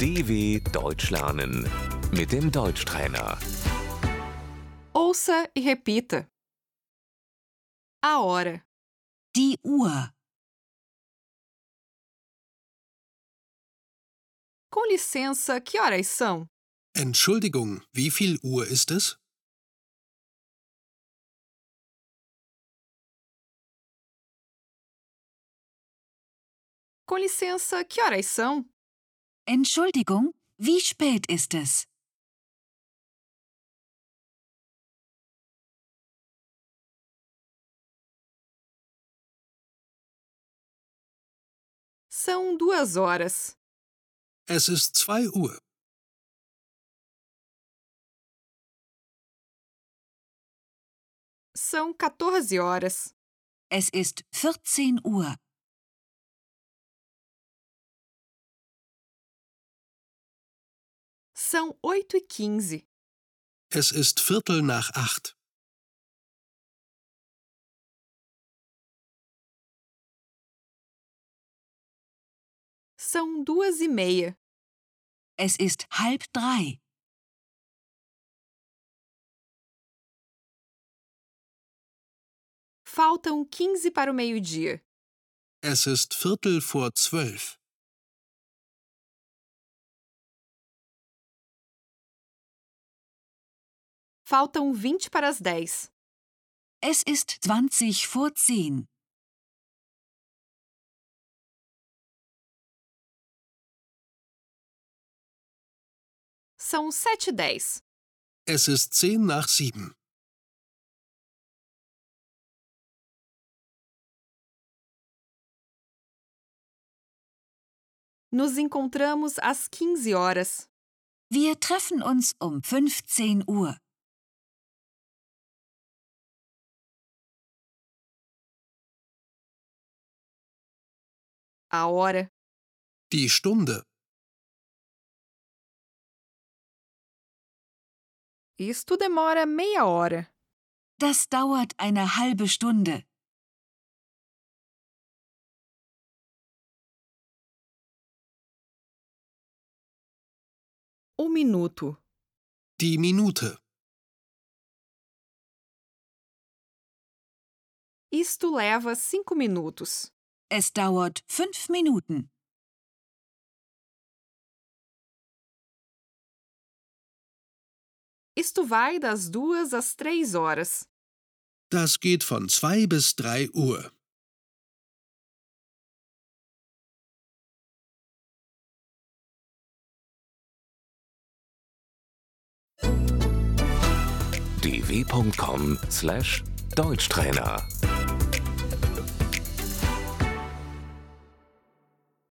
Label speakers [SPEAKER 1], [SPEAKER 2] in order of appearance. [SPEAKER 1] DW Deutsch lernen mit dem Deutschtrainer.
[SPEAKER 2] Ouça e repita. A hora,
[SPEAKER 3] Die Uhr.
[SPEAKER 2] com licença, que horas são?
[SPEAKER 4] Entschuldigung, wie viel Uhr ist es?
[SPEAKER 2] Com licença, que horas são?
[SPEAKER 3] Entschuldigung, wie spät ist es?
[SPEAKER 2] São duas horas.
[SPEAKER 4] Es ist zwei Uhr.
[SPEAKER 2] São 14 horas.
[SPEAKER 3] Es ist 14 Uhr.
[SPEAKER 2] São 8 e 15.
[SPEAKER 4] Es ist Viertel nach acht.
[SPEAKER 2] São duas e meia.
[SPEAKER 3] Es ist halb drei.
[SPEAKER 2] Faltam 15 para o meio-dia.
[SPEAKER 4] Es ist Viertel vor zwölf.
[SPEAKER 2] Faltam 20 para as 10.
[SPEAKER 3] Es ist 20 vor 10.
[SPEAKER 2] São 7 e 10.
[SPEAKER 4] Es ist zehn nach sieben.
[SPEAKER 2] Nos encontramos às 15 horas.
[SPEAKER 3] Wir treffen uns um 15 Uhr.
[SPEAKER 2] A hora,
[SPEAKER 4] Die Stunde,
[SPEAKER 2] isto demora meia hora.
[SPEAKER 3] Das dauert eine halbe Stunde.
[SPEAKER 2] Um minuto,
[SPEAKER 4] die Minute,
[SPEAKER 2] isto leva 5 minutos.
[SPEAKER 3] Es dauert fünf Minuten.
[SPEAKER 2] Isto vai das duas às três horas.
[SPEAKER 4] das geht von zwei bis drei Uhr.
[SPEAKER 1] dw.com/deutschtrainer